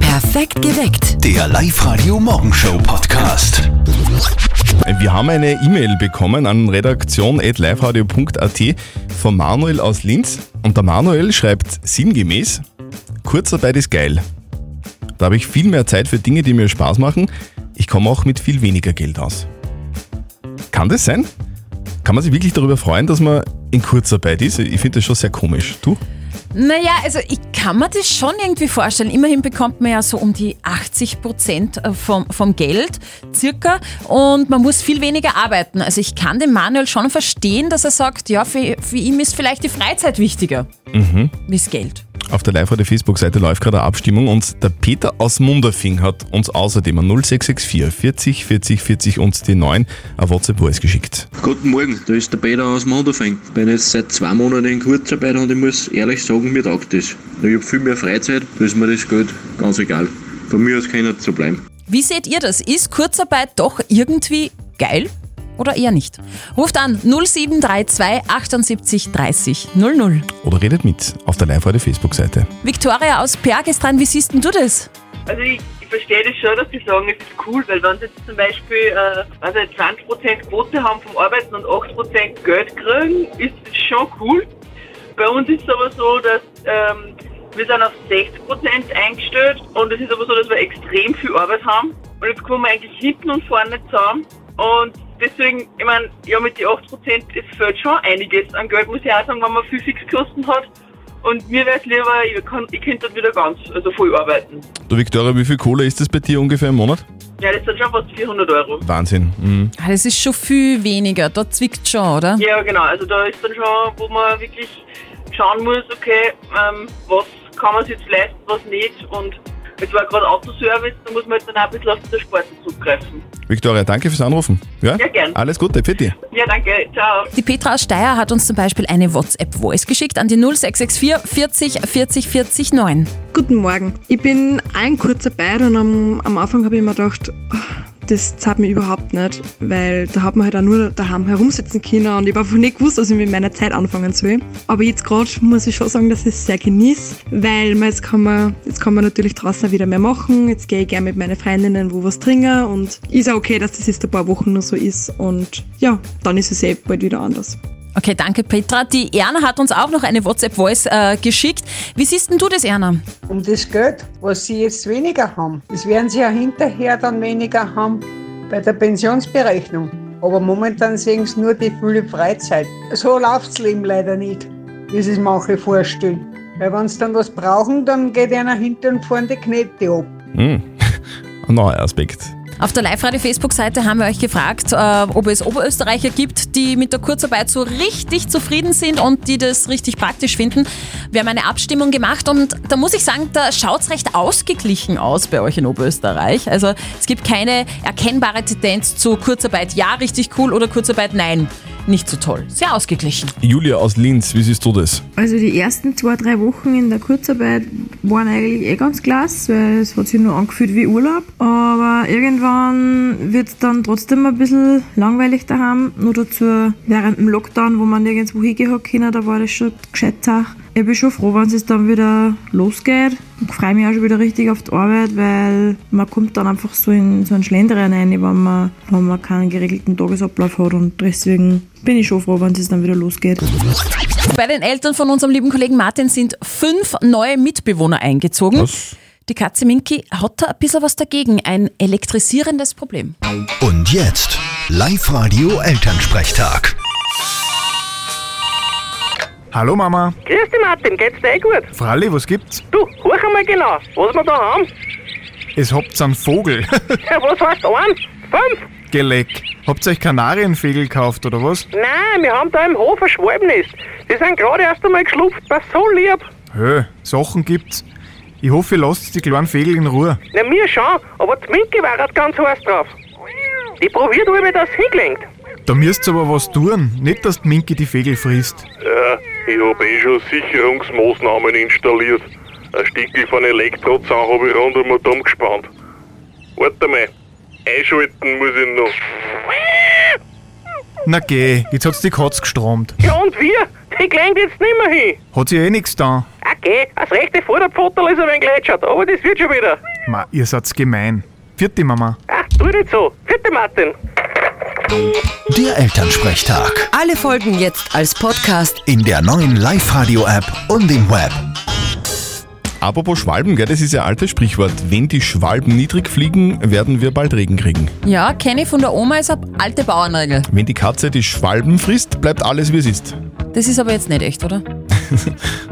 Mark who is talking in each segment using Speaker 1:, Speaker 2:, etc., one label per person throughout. Speaker 1: Perfekt geweckt.
Speaker 2: Der Live-Radio Morgenshow Podcast.
Speaker 3: Wir haben eine E-Mail bekommen an redaktion.liferadio.at von Manuel aus Linz. Und der Manuel schreibt sinngemäß, Kurzarbeit ist geil. Da habe ich viel mehr Zeit für Dinge, die mir Spaß machen. Ich komme auch mit viel weniger Geld aus. Kann das sein? Kann man sich wirklich darüber freuen, dass man in Kurzarbeit ist? Ich finde das schon sehr komisch. Du?
Speaker 4: Naja, also ich kann mir das schon irgendwie vorstellen. Immerhin bekommt man ja so um die 80 Prozent vom, vom Geld circa und man muss viel weniger arbeiten. Also ich kann den Manuel schon verstehen, dass er sagt, ja, für, für ihn ist vielleicht die Freizeit wichtiger mhm. als Geld.
Speaker 3: Auf der live Facebook-Seite läuft gerade eine Abstimmung und der Peter aus Munderfing hat uns außerdem an 0664 40 40 40 und die 9 eine WhatsApp-Voice geschickt.
Speaker 5: Guten Morgen, da ist der Peter aus Mondafing. Bin jetzt seit zwei Monaten in Kurzarbeit und ich muss ehrlich sagen, mir taugt das. Ich habe viel mehr Freizeit, da ist mir das Geld ganz egal. Von mir aus kann ich nicht so bleiben.
Speaker 4: Wie seht ihr das? Ist Kurzarbeit doch irgendwie geil oder eher nicht? Ruft an 0732 78 30 00.
Speaker 3: Oder redet mit auf der live Facebook-Seite.
Speaker 4: Victoria aus Perg ist dran, wie siehst denn du das?
Speaker 6: Also ich, ich verstehe das schon, dass die sagen, es ist cool, weil wenn sie jetzt zum Beispiel äh, wenn sie jetzt 20% Quote haben vom Arbeiten und 8% Geld kriegen, ist das schon cool. Bei uns ist es aber so, dass ähm, wir sind auf 60% eingestellt und es ist aber so, dass wir extrem viel Arbeit haben und jetzt kommen wir eigentlich hinten und vorne nicht zusammen und deswegen, ich meine, ja mit den 8% es fehlt schon einiges an Geld, muss ich auch sagen, wenn man viel Fixkosten hat und mir wäre es lieber, ich, kann, ich könnte dort wieder ganz, also voll arbeiten.
Speaker 3: Du Victoria, wie viel Kohle ist das bei dir ungefähr im Monat?
Speaker 6: Ja, das sind schon fast 400 Euro.
Speaker 3: Wahnsinn. Mhm.
Speaker 4: Ah, Das ist schon viel weniger, da zwickt schon, oder?
Speaker 6: Ja, genau. Also da ist dann schon, wo man wirklich schauen muss, okay, ähm, was kann man sich jetzt leisten, was nicht. Und jetzt war gerade Autoservice, da muss man jetzt dann auch ein bisschen auf den Sport zugreifen.
Speaker 3: Victoria, danke fürs Anrufen. Ja,
Speaker 6: Ja, gern.
Speaker 3: Alles Gute für dich.
Speaker 6: Ja, danke. Ciao.
Speaker 4: Die Petra aus Steyr hat uns zum Beispiel eine WhatsApp-Voice geschickt an die 0664 40 40 40 9.
Speaker 7: Guten Morgen. Ich bin ein kurzer Bein und am, am Anfang habe ich mir gedacht, "Ah, das zahlt mir überhaupt nicht, weil da hat man halt auch nur daheim herumsitzen können und ich habe einfach nicht gewusst, was ich mit meiner Zeit anfangen soll. Aber jetzt gerade muss ich schon sagen, dass ich es sehr genieße, weil man, jetzt, kann man, jetzt kann man natürlich draußen auch wieder mehr machen. Jetzt gehe ich gerne mit meinen Freundinnen wo was trinken und ist auch okay, dass das jetzt ein paar Wochen nur so ist und ja, dann ist es eh bald wieder anders.
Speaker 4: Okay, danke Petra. Die Erna hat uns auch noch eine WhatsApp-Voice äh, geschickt. Wie siehst denn du das, Erna?
Speaker 8: um das Geld, was sie jetzt weniger haben. Das werden sie ja hinterher dann weniger haben bei der Pensionsberechnung. Aber momentan sehen sie nur die viele Freizeit. So läuft das Leben leider nicht, wie sie es manche vorstellen. Weil wenn sie dann was brauchen, dann geht einer hinten und vorne die Knete ab.
Speaker 3: Mhm. Ein neuer Aspekt.
Speaker 4: Auf der Live-Radio-Facebook-Seite haben wir euch gefragt, äh, ob es Oberösterreicher gibt, die mit der Kurzarbeit so richtig zufrieden sind und die das richtig praktisch finden. Wir haben eine Abstimmung gemacht und da muss ich sagen, da schaut's recht ausgeglichen aus bei euch in Oberösterreich. Also es gibt keine erkennbare Tendenz zu Kurzarbeit ja richtig cool oder Kurzarbeit nein nicht so toll. Sehr ausgeglichen.
Speaker 3: Julia aus Linz, wie siehst du das?
Speaker 9: Also die ersten zwei, drei Wochen in der Kurzarbeit waren eigentlich eh ganz klasse, weil es hat sich nur angefühlt wie Urlaub. Aber irgendwann wird es dann trotzdem ein bisschen langweilig daheim. Nur dazu während dem Lockdown, wo man nirgendwo hingehen hat können, da war das schon gescheiter. Ich bin schon froh, wenn es jetzt dann wieder losgeht. Ich freue mich auch schon wieder richtig auf die Arbeit, weil man kommt dann einfach so in so einen Schlendrian rein, wenn man, wenn man keinen geregelten Tagesablauf hat. Und deswegen bin ich schon froh, wenn es jetzt dann wieder losgeht.
Speaker 4: Bei den Eltern von unserem lieben Kollegen Martin sind fünf neue Mitbewohner eingezogen.
Speaker 3: Was?
Speaker 4: Die Katze Minki hat da ein bisschen was dagegen. Ein elektrisierendes Problem.
Speaker 2: Und jetzt Live-Radio Elternsprechtag.
Speaker 10: Hallo Mama.
Speaker 11: Grüß dich Martin, geht's dir eh gut?
Speaker 10: Fralli, was gibt's?
Speaker 11: Du, hoch einmal genau, was wir da haben.
Speaker 10: Es habt's einen Vogel.
Speaker 11: Ja, was heißt ein? Fünf?
Speaker 10: Geleck. Habt ihr euch Kanarienvögel gekauft oder was?
Speaker 11: Nein, wir haben da im Hof ein Schwalbennest. Die sind gerade erst einmal geschlupft, was so lieb.
Speaker 10: Hö, Sachen gibt's. Ich hoffe, ihr lasst die kleinen Vögel in Ruhe.
Speaker 11: Na, mir schon, aber die Minke war halt ganz heiß drauf. Die probiert, ob ich das hingelenkt.
Speaker 10: Da müsst ihr aber was tun. Nicht, dass die Minki die Vögel frisst.
Speaker 12: Ja, ich hab eh schon Sicherungsmaßnahmen installiert. Ein Stickel von Elektrozaun hab ich rund um den Damm gespannt. Warte mal, einschalten muss ich noch.
Speaker 10: Na geh, jetzt hat's die Katz gestromt.
Speaker 11: Ja, und wir? Die gelenkt jetzt nimmer hin.
Speaker 10: Hat sie eh nix da.
Speaker 11: Ah, geh, das rechte Vorderpfotel ist ein wenig gletschert, aber das wird schon wieder.
Speaker 10: Ma, ihr seid gemein. Vierte Mama.
Speaker 11: Ach, tu nicht so. Vierte Martin.
Speaker 2: Der Elternsprechtag.
Speaker 1: Alle Folgen jetzt als Podcast.
Speaker 2: In der neuen Live-Radio-App und im Web.
Speaker 3: Apropos Schwalben, gell, das ist ja altes Sprichwort. Wenn die Schwalben niedrig fliegen, werden wir bald Regen kriegen.
Speaker 4: Ja, kenne ich von der Oma, ist eine alte Bauernregel.
Speaker 3: Wenn die Katze die Schwalben frisst, bleibt alles wie es ist.
Speaker 4: Das ist aber jetzt nicht echt, oder?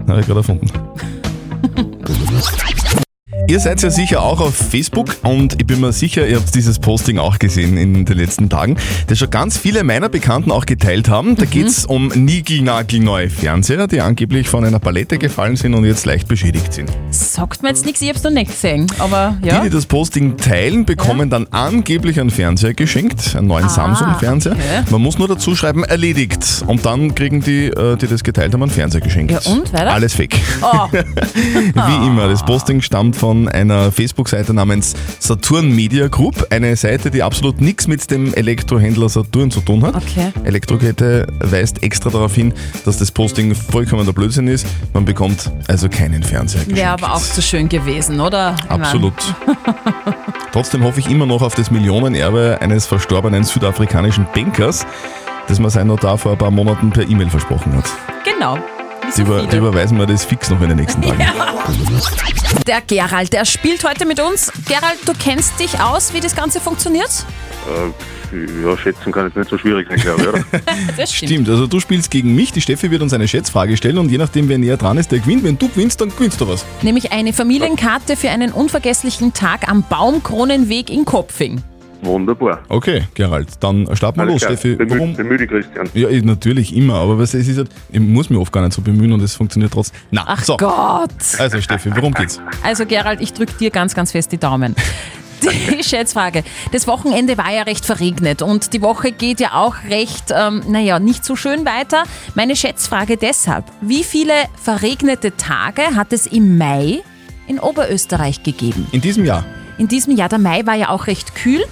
Speaker 3: Habe ich gerade erfunden. Ihr seid ja sicher auch auf Facebook und ich bin mir sicher, ihr habt dieses Posting auch gesehen in den letzten Tagen, das schon ganz viele meiner Bekannten auch geteilt haben. Da geht's um niegelnagelneue Fernseher, die angeblich von einer Palette gefallen sind und jetzt leicht beschädigt sind.
Speaker 4: Sagt mir jetzt nichts, ich hab's noch nicht gesehen. Aber
Speaker 3: Die,
Speaker 4: ja.
Speaker 3: die das Posting teilen, bekommen dann angeblich einen Fernseher geschenkt, einen neuen
Speaker 4: Ah,
Speaker 3: Samsung-Fernseher.
Speaker 4: okay.
Speaker 3: Man muss nur dazu schreiben, erledigt. Und dann kriegen die, äh, die das geteilt haben, einen Fernseher geschenkt.
Speaker 4: Ja, und? Weiter?
Speaker 3: Alles fake.
Speaker 4: Oh,
Speaker 3: Wie immer, das Posting stammt von einer Facebook-Seite namens Saturn Media Group. Eine Seite, die absolut nichts mit dem Elektrohändler Saturn zu tun hat.
Speaker 4: Okay.
Speaker 3: Elektrokette weist extra darauf hin, dass das Posting vollkommener Blödsinn ist. Man bekommt also keinen Fernseher geschenkt.
Speaker 4: wäre aber auch zu schön gewesen, oder? Ich mein,
Speaker 3: Absolut. Trotzdem hoffe ich immer noch auf das Millionenerbe eines verstorbenen südafrikanischen Bankers, das mir sein Notar vor ein paar Monaten per E-Mail versprochen hat.
Speaker 4: Genau. Wie
Speaker 3: Die,
Speaker 4: so
Speaker 3: über,
Speaker 4: viele.
Speaker 3: die überweisen wir das fix noch in den nächsten Tagen.
Speaker 4: Der Gerald, der spielt heute mit uns. Gerald, du kennst dich aus, wie das Ganze funktioniert?
Speaker 12: Äh, ja, schätzen kann jetzt nicht so schwierig sein, glaube ich, oder?
Speaker 4: Das
Speaker 3: Stimmt, also du spielst gegen mich, die Steffi wird uns eine Schätzfrage stellen und je nachdem, wer näher dran ist, der gewinnt. Wenn du gewinnst, dann gewinnst du was.
Speaker 4: Nämlich eine Familienkarte für einen unvergesslichen Tag am Baumkronenweg in Kopfing.
Speaker 12: Wunderbar.
Speaker 3: Okay, Gerald, dann starten wir los, Steffi.
Speaker 12: Bemühe,
Speaker 3: Warum?
Speaker 12: bemühe dich, Christian.
Speaker 3: Ja, ich- natürlich immer, aber was, es ist halt, ich muss mich oft gar nicht so bemühen und es funktioniert trotzdem. Na,
Speaker 4: Ach
Speaker 3: so.
Speaker 4: Gott.
Speaker 3: Also Steffi, worum geht's?
Speaker 4: Also Gerald, ich drücke dir ganz, ganz fest die Daumen. Die Schätzfrage. Das Wochenende war ja recht verregnet und die Woche geht ja auch recht, ähm, naja, nicht so schön weiter. Meine Schätzfrage deshalb. Wie viele verregnete Tage hat es im Mai in Oberösterreich gegeben?
Speaker 3: In diesem Jahr.
Speaker 4: In diesem Jahr, der Mai war ja auch recht kühl.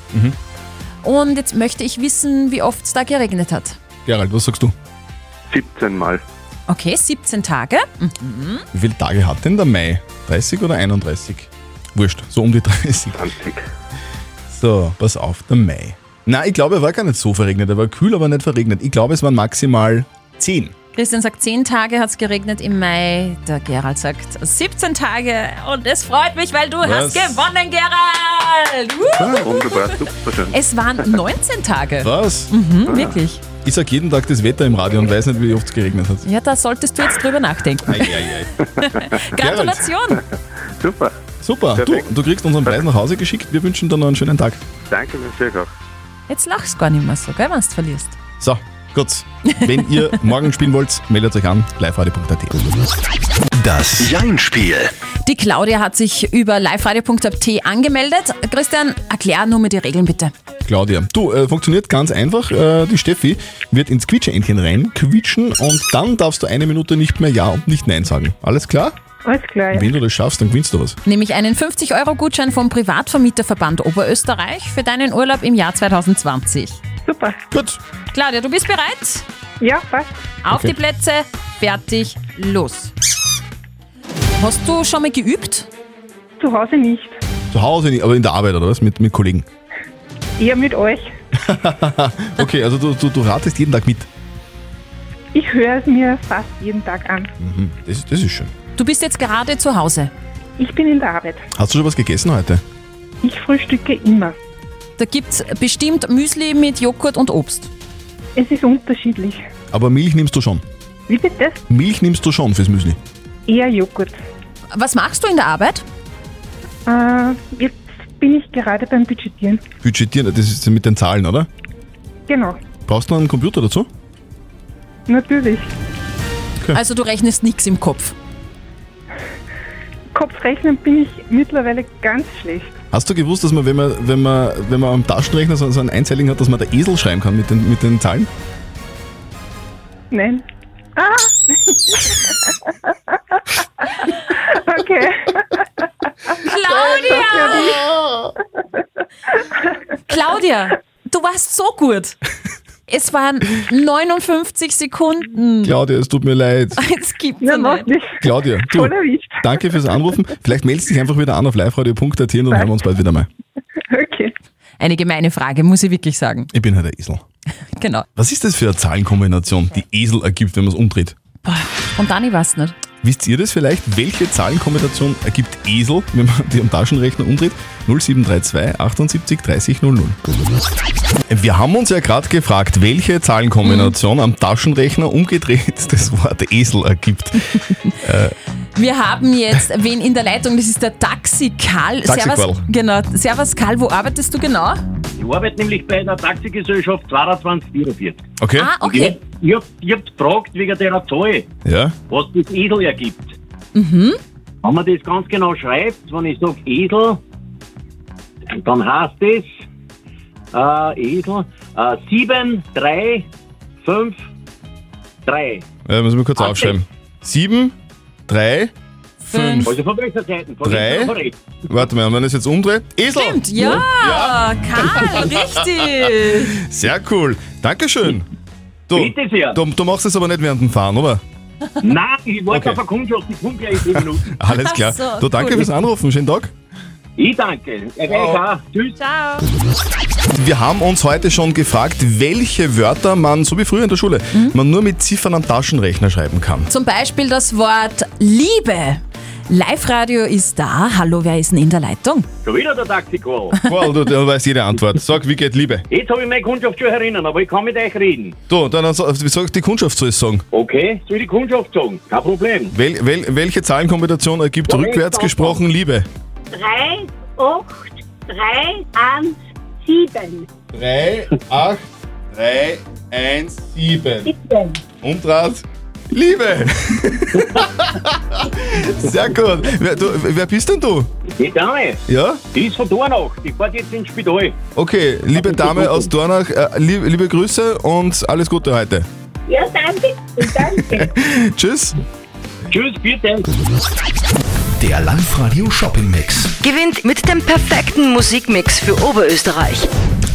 Speaker 4: Und jetzt möchte ich wissen, wie oft es da geregnet hat.
Speaker 3: Gerald, was sagst du?
Speaker 12: 17 Mal.
Speaker 4: Okay, 17 Tage.
Speaker 3: Wie viele Tage hat denn der Mai? 30 oder 31? Wurscht, so um die 30.
Speaker 12: 20.
Speaker 3: So, pass auf, der Mai. Na, ich glaube, er war gar nicht so verregnet. Er war kühl, aber nicht verregnet. Ich glaube, es waren maximal 10.
Speaker 4: Christian sagt, 10 Tage hat es geregnet im Mai. Der Gerald sagt, 17 Tage. Und es freut mich, weil du hast
Speaker 3: Was?
Speaker 4: gewonnen, Gerald. Wuhu.
Speaker 12: Ah, Wunderbar, super schön.
Speaker 4: Es waren 19 Tage.
Speaker 3: Was?
Speaker 4: Hm, wirklich.
Speaker 3: Ich sag jeden Tag das Wetter im Radio und weiß nicht, wie oft es geregnet hat.
Speaker 4: Ja, da solltest du jetzt drüber nachdenken.
Speaker 3: Eieiei.
Speaker 4: Gratulation.
Speaker 12: Super.
Speaker 3: Super, du,
Speaker 12: Perfekt.
Speaker 3: du kriegst unseren Preis nach Hause geschickt. Wir wünschen dir noch einen schönen Tag.
Speaker 12: Danke, Monsieur Koch.
Speaker 4: Jetzt lachst gar nicht mehr so, gell, wenn du verlierst.
Speaker 3: So, gut. Wenn ihr morgen spielen wollt, meldet euch an, liveradio.at.
Speaker 2: Das Jein-Spiel.
Speaker 4: Die Claudia hat sich über liveradio.at angemeldet. Christian, erklär nur mal die Regeln bitte.
Speaker 3: Claudia, du, äh, funktioniert ganz einfach. Äh, die Steffi wird ins Quietscheentchen rein quietschen und dann darfst du eine Minute nicht mehr Ja und nicht Nein sagen. Alles klar?
Speaker 8: Alles klar.
Speaker 3: Wenn du das schaffst, dann gewinnst du was.
Speaker 4: Nämlich einen 50-Euro-Gutschein vom Privatvermieterverband Oberösterreich für deinen Urlaub im Jahr 2020.
Speaker 8: Super.
Speaker 3: Gut.
Speaker 4: Claudia, du bist bereit?
Speaker 8: Ja, passt.
Speaker 4: Auf
Speaker 3: Okay.
Speaker 4: die Plätze, fertig, los. Hast du schon mal geübt?
Speaker 8: Zu Hause nicht.
Speaker 3: Zu Hause, nicht, aber in der Arbeit oder was? Mit, mit Kollegen.
Speaker 8: Eher mit euch.
Speaker 3: Okay, also du, du, du ratest jeden Tag mit.
Speaker 8: Ich höre es mir fast jeden Tag an.
Speaker 3: Mhm, das, das ist schön.
Speaker 4: Du bist jetzt gerade zu Hause.
Speaker 8: Ich bin in der Arbeit.
Speaker 3: Hast du schon was gegessen heute?
Speaker 8: Ich frühstücke immer.
Speaker 4: Da gibt's bestimmt Müsli mit Joghurt und Obst.
Speaker 8: Es ist unterschiedlich.
Speaker 3: Aber Milch nimmst du schon.
Speaker 8: Wie bitte?
Speaker 3: Milch nimmst du schon fürs Müsli.
Speaker 8: Eher Joghurt.
Speaker 4: Was machst du in der Arbeit?
Speaker 8: Äh, jetzt bin ich gerade beim Budgetieren.
Speaker 3: Budgetieren, das ist mit den Zahlen, oder?
Speaker 8: Genau.
Speaker 3: Brauchst du noch einen Computer dazu?
Speaker 8: Natürlich.
Speaker 4: Also du rechnest nichts im Kopf.
Speaker 8: Kopfrechnen bin ich mittlerweile ganz schlecht.
Speaker 3: Hast du gewusst, dass man, wenn man, wenn man, wenn man am Taschenrechner so, so ein Einzeiling hat, dass man da Esel schreiben kann mit den, mit den Zahlen?
Speaker 8: Nein. Ah! okay.
Speaker 4: Claudia! Claudia, du warst so gut. Es waren 59 Sekunden.
Speaker 3: Claudia, es tut mir leid.
Speaker 4: Es gibt's ja nicht.
Speaker 3: Claudia, du,
Speaker 13: Voll erwischt.
Speaker 3: danke fürs Anrufen. Vielleicht meldest dich einfach wieder an auf liveradio.at und dann hören wir uns bald wieder mal.
Speaker 4: Eine gemeine Frage, muss ich wirklich sagen.
Speaker 3: Ich bin halt der Esel.
Speaker 4: Genau.
Speaker 3: Was ist das für eine Zahlenkombination, die Esel ergibt, wenn man es umdreht?
Speaker 4: Und Dani weiß nicht.
Speaker 3: Wisst ihr das vielleicht? Welche Zahlenkombination ergibt Esel, wenn man die am Taschenrechner umdreht? 0732 78 30 00. Wir haben uns ja gerade gefragt, welche Zahlenkombination
Speaker 4: Mhm.
Speaker 3: am Taschenrechner umgedreht das Wort Esel ergibt. äh,
Speaker 4: Wir haben jetzt wen in der Leitung, das ist der Taxi Karl.
Speaker 3: Taxi
Speaker 4: Servus,
Speaker 3: Karl.
Speaker 4: genau. Servus Karl, wo arbeitest du genau?
Speaker 6: Ich arbeite nämlich bei einer Taxigesellschaft 2244.
Speaker 3: Okay.
Speaker 4: Ah, okay.
Speaker 6: Ich, ich, hab- ich hab gefragt wegen der Zahl,
Speaker 3: ja.
Speaker 6: was das Esel ergibt.
Speaker 4: Mhm.
Speaker 6: Wenn man das ganz genau schreibt, wenn ich sage Esel, dann heißt es äh, Esel äh, 7, 3, 5, 3.
Speaker 3: Äh, müssen wir kurz aufschreiben. 7, 3, 5,
Speaker 6: Also von welcher Seite? Von
Speaker 3: 3. Warte mal, wenn man das jetzt umdreht. Esel!
Speaker 4: Stimmt, ja, Karl, richtig.
Speaker 3: Sehr cool. Dankeschön. Du,
Speaker 6: Bitte sehr.
Speaker 3: Du, du machst es aber nicht während dem Fahren, oder?
Speaker 6: Nein, ich wollte
Speaker 3: Okay.
Speaker 6: auf eine Kundschaft, ich komme gleich in 10 Minuten.
Speaker 3: Alles klar. du, danke fürs Anrufen. Schönen Tag.
Speaker 6: Ich danke. Äh, Ich auch. Tschüss.
Speaker 4: Ciao.
Speaker 3: Wir haben uns heute schon gefragt, welche Wörter man, so wie früher in der Schule,
Speaker 4: Mhm.
Speaker 3: man nur mit Ziffern am Taschenrechner schreiben kann.
Speaker 4: Zum Beispiel das Wort Liebe. Live-Radio ist da. Hallo, wer ist denn in der Leitung?
Speaker 6: Schon wieder der Taxicall.
Speaker 3: Wow, du, du weißt jede Antwort. Sag, wie geht Liebe?
Speaker 6: Jetzt habe ich meine Kundschaft schon erinnern, aber ich kann mit euch reden.
Speaker 3: Du, dann also, wie sagt die Kundschaft soll es sagen?
Speaker 6: Okay, soll ich die Kundschaft sagen? Kein Problem.
Speaker 3: Wel, wel, welche Zahlenkombination ergibt
Speaker 6: Ja,
Speaker 3: rückwärts
Speaker 6: welche
Speaker 3: gesprochen Liebe?
Speaker 9: 3, 8, 3, 1, 7.
Speaker 3: 3, 8, 3, 1, 7.
Speaker 9: 7.
Speaker 3: Umdraht. Liebe! Sehr gut. Wer, du, wer bist denn du?
Speaker 6: Die Dame.
Speaker 3: Ja?
Speaker 6: Die ist von Dornach. Die fährt jetzt ins Spital.
Speaker 3: Okay, liebe Dame aus Dornach, äh, lieb, liebe Grüße und alles Gute heute.
Speaker 9: Ja, danke. Danke.
Speaker 3: Tschüss.
Speaker 6: Tschüss, bitte.
Speaker 2: Der Live-Radio Shopping Mix.
Speaker 8: Gewinnt mit dem perfekten Musikmix für Oberösterreich.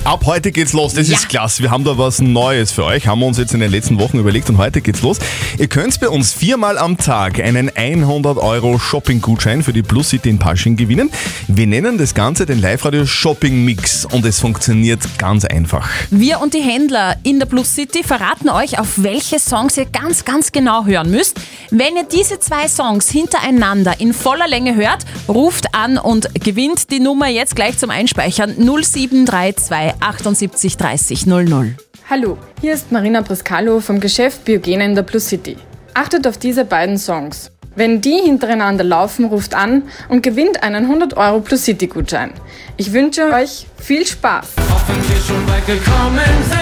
Speaker 3: Ab heute geht's los, das ist klasse. Wir haben da was Neues für euch, haben wir uns jetzt in den letzten Wochen überlegt und heute geht's los. Ihr könnt bei uns viermal am Tag einen 100 Euro Shopping-Gutschein für die Plus City in Pasching gewinnen. Wir nennen das Ganze den Live-Radio Shopping Mix und es funktioniert ganz einfach.
Speaker 4: Wir und die Händler in der Plus City verraten euch, auf welche Songs ihr ganz, ganz genau hören müsst. Wenn ihr diese zwei Songs hintereinander in voller Länge hört, ruft an und gewinnt die Nummer jetzt gleich zum Einspeichern 0732 78 30 00.
Speaker 14: Hallo, hier ist Marina Briscalo vom Geschäft Biogene in der Plus City. Achtet auf diese beiden Songs. Wenn die hintereinander laufen, ruft an und gewinnt einen 100 Euro Plus City Gutschein. Ich wünsche euch viel Spaß.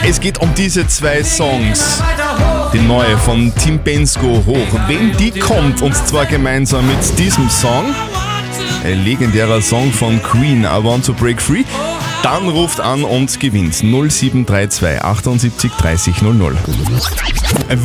Speaker 3: Es geht um diese zwei Songs. Die neue von Tim Bensko hoch. Wenn die kommt, und zwar gemeinsam mit diesem Song, ein legendärer Song von Queen, I Want to Break Free, dann ruft an und gewinnt 0732 78 30 00.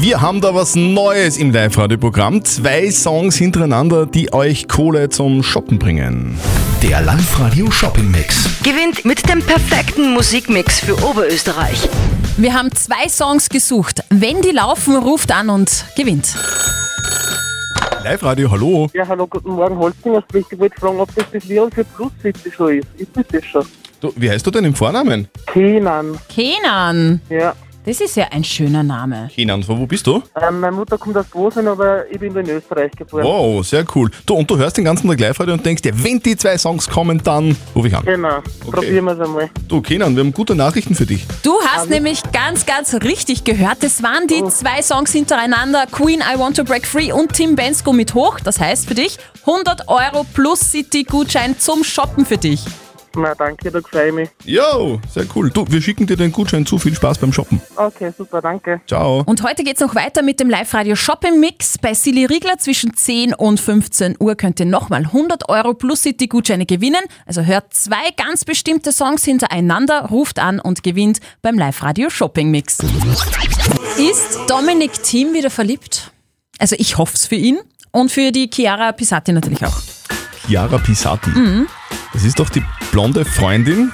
Speaker 3: Wir haben da was Neues im Live-Radio-Programm. Zwei Songs hintereinander, die euch Kohle zum Shoppen bringen.
Speaker 2: Der Live-Radio Shopping Mix.
Speaker 8: Gewinnt mit dem perfekten Musikmix für Oberösterreich.
Speaker 4: Wir haben zwei Songs gesucht. Wenn die laufen, ruft an und gewinnt.
Speaker 3: Live-Radio, hallo.
Speaker 15: Ja, hallo, guten Morgen, Holzinger. Ich wollte fragen, ob das das Leon für Plus City schon ist. Ist das das schon?
Speaker 3: Du, wie heißt du denn im Vornamen?
Speaker 15: Kenan.
Speaker 4: Kenan.
Speaker 15: Ja.
Speaker 4: Das ist ja ein schöner Name.
Speaker 3: Kenan, von wo bist du?
Speaker 15: Ähm, meine Mutter kommt aus Bosnien, aber ich bin in Österreich geboren.
Speaker 3: Wow, sehr cool. Du, und du hörst den ganzen Tag Live-Radio und denkst dir, wenn die zwei Songs kommen, dann ruf ich an.
Speaker 15: Genau, probieren wir es einmal.
Speaker 3: Du, Kenan, wir haben gute Nachrichten für dich.
Speaker 4: Du hast nämlich ganz, ganz richtig gehört. Das waren die zwei Songs hintereinander: Queen, I Want to Break Free und Tim Bensko mit hoch. Das heißt für dich 100 Euro plus City-Gutschein zum Shoppen für dich.
Speaker 15: Na, danke, da freue ich mich.
Speaker 3: Yo, sehr cool. Du, wir schicken dir den Gutschein zu. Viel Spaß beim Shoppen.
Speaker 15: Okay, super, danke.
Speaker 3: Ciao.
Speaker 4: Und heute geht's noch weiter mit dem Live-Radio Shopping Mix. Bei Silly Riegler zwischen 10 und 15 Uhr könnt ihr nochmal 100 Euro plus City-Gutscheine gewinnen. Also hört zwei ganz bestimmte Songs hintereinander, ruft an und gewinnt beim Live-Radio Shopping Mix. Ist Dominik Thiem wieder verliebt? Also ich hoff's für ihn und für die Chiara Pisatti natürlich auch.
Speaker 3: Chiara Pisati.
Speaker 4: Mhm.
Speaker 3: Das ist doch die blonde Freundin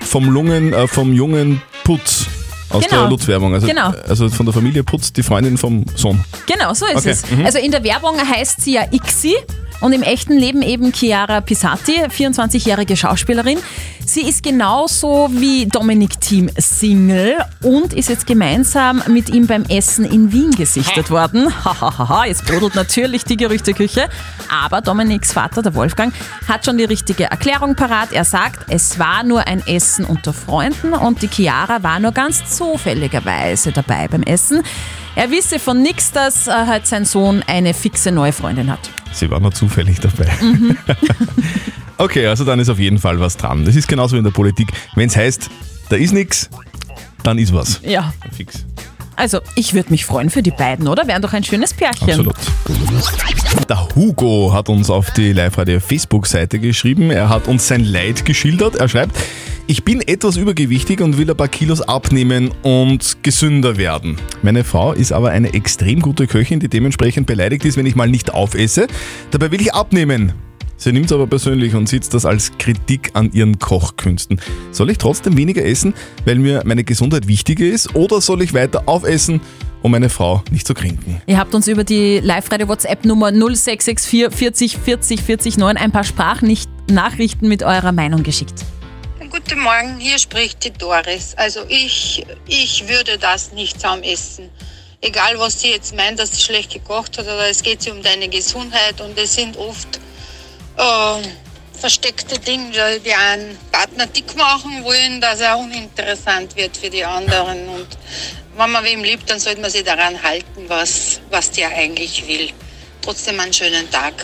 Speaker 3: vom, Lungen, äh, vom jungen Putz aus
Speaker 4: Genau.
Speaker 3: der Lutz-Werbung. Also,
Speaker 4: Genau.
Speaker 3: also von der Familie putzt die Freundin vom Sohn.
Speaker 4: Genau, so ist
Speaker 3: Okay,
Speaker 4: es.
Speaker 3: mhm.
Speaker 4: Also in der Werbung heißt sie ja Ixi und im echten Leben eben Chiara Pisati, 24-jährige Schauspielerin. Sie ist genauso wie Dominic Thiem Single und ist jetzt gemeinsam mit ihm beim Essen in Wien gesichtet worden. Hahaha, jetzt brodelt natürlich die Gerüchteküche. Aber Dominics Vater, der Wolfgang, hat schon die richtige Erklärung parat. Er sagt, es war nur ein Essen unter Freunden und die Chiara war nur ganz zufälligerweise dabei beim Essen. Er wisse von nichts, dass äh, halt sein Sohn eine fixe neue Freundin hat.
Speaker 3: Sie war nur zufällig dabei. okay, also dann ist auf jeden Fall was dran. Das ist genauso wie in der Politik. Wenn es heißt, da ist nichts, dann ist was.
Speaker 4: Ja.
Speaker 3: Fix.
Speaker 4: Also, ich würde mich freuen für die beiden, oder? Wären doch ein schönes Pärchen.
Speaker 3: Absolut. Der Hugo hat uns auf die Live-Radio-Facebook-Seite geschrieben. Er hat uns sein Leid geschildert. Er schreibt, ich bin etwas übergewichtig und will ein paar Kilos abnehmen und gesünder werden. Meine Frau ist aber eine extrem gute Köchin, die dementsprechend beleidigt ist, wenn ich mal nicht aufesse. Dabei will ich abnehmen. Sie nimmt es aber persönlich und sieht das als Kritik an ihren Kochkünsten. Soll ich trotzdem weniger essen, weil mir meine Gesundheit wichtiger ist, oder soll ich weiter aufessen, um meine Frau nicht zu kränken?
Speaker 4: Ihr habt uns über die Live-Radio-WhatsApp-Nummer 0664 40 40 40 9 ein paar Sprachnachrichten mit eurer Meinung geschickt.
Speaker 16: Guten Morgen, hier spricht die Doris. Also ich, ich würde das nicht zusammen essen. Egal, was sie jetzt meint, dass sie schlecht gekocht hat oder es geht sie um deine Gesundheit und es sind oft ähm, versteckte Dinge, die einen Partner dick machen wollen, dass er uninteressant wird für die anderen. Und wenn man wem liebt, dann sollte man sich daran halten, was, was der eigentlich will. Trotzdem einen schönen Tag.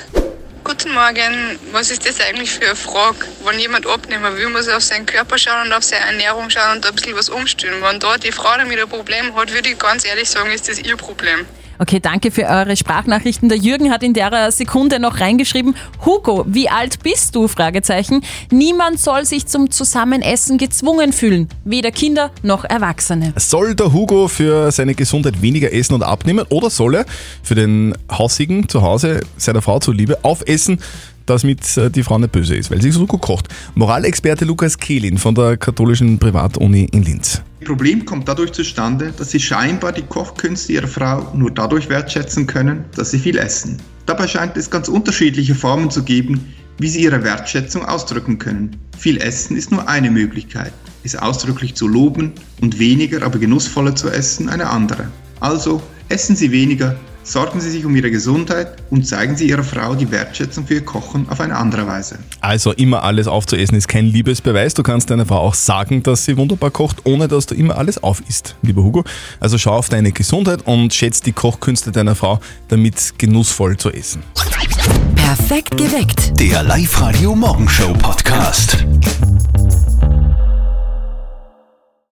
Speaker 17: Guten Morgen, was ist das eigentlich für eine Frage? Wenn jemand abnehmen will, muss er auf seinen Körper schauen und auf seine Ernährung schauen und ein bisschen was umstellen. Wenn dort die Frau damit ein Problem hat, würde ich ganz ehrlich sagen, ist das ihr Problem.
Speaker 4: Okay, danke für eure Sprachnachrichten. Der Jürgen hat in der Sekunde noch reingeschrieben, Hugo, wie alt bist du? Fragezeichen. Niemand soll sich zum Zusammenessen gezwungen fühlen, weder Kinder noch Erwachsene.
Speaker 3: Soll der Hugo für seine Gesundheit weniger essen und abnehmen oder soll er für den Hausigen zu Hause seiner Frau zuliebe aufessen, damit äh, die Frau nicht böse ist, weil sie so gut kocht? Moralexperte Lukas Kehlin von der katholischen Privatuni in Linz.
Speaker 14: Das Problem kommt dadurch zustande, dass sie scheinbar die Kochkünste ihrer Frau nur dadurch wertschätzen können, dass sie viel essen. Dabei scheint es ganz unterschiedliche Formen zu geben, wie sie ihre Wertschätzung ausdrücken können. Viel essen ist nur eine Möglichkeit, es ausdrücklich zu loben und weniger, aber genussvoller zu essen eine andere. Also essen Sie weniger, sorgen Sie sich um Ihre Gesundheit und zeigen Sie Ihrer Frau die Wertschätzung für ihr Kochen auf eine andere Weise.
Speaker 3: Also immer alles aufzuessen ist kein Liebesbeweis. Du kannst deiner Frau auch sagen, dass sie wunderbar kocht, ohne dass du immer alles aufisst, lieber Hugo. Also schau auf deine Gesundheit und schätze die Kochkünste deiner Frau, damit genussvoll zu essen.
Speaker 2: Perfekt geweckt. Der Live-Radio Morgenshow Podcast.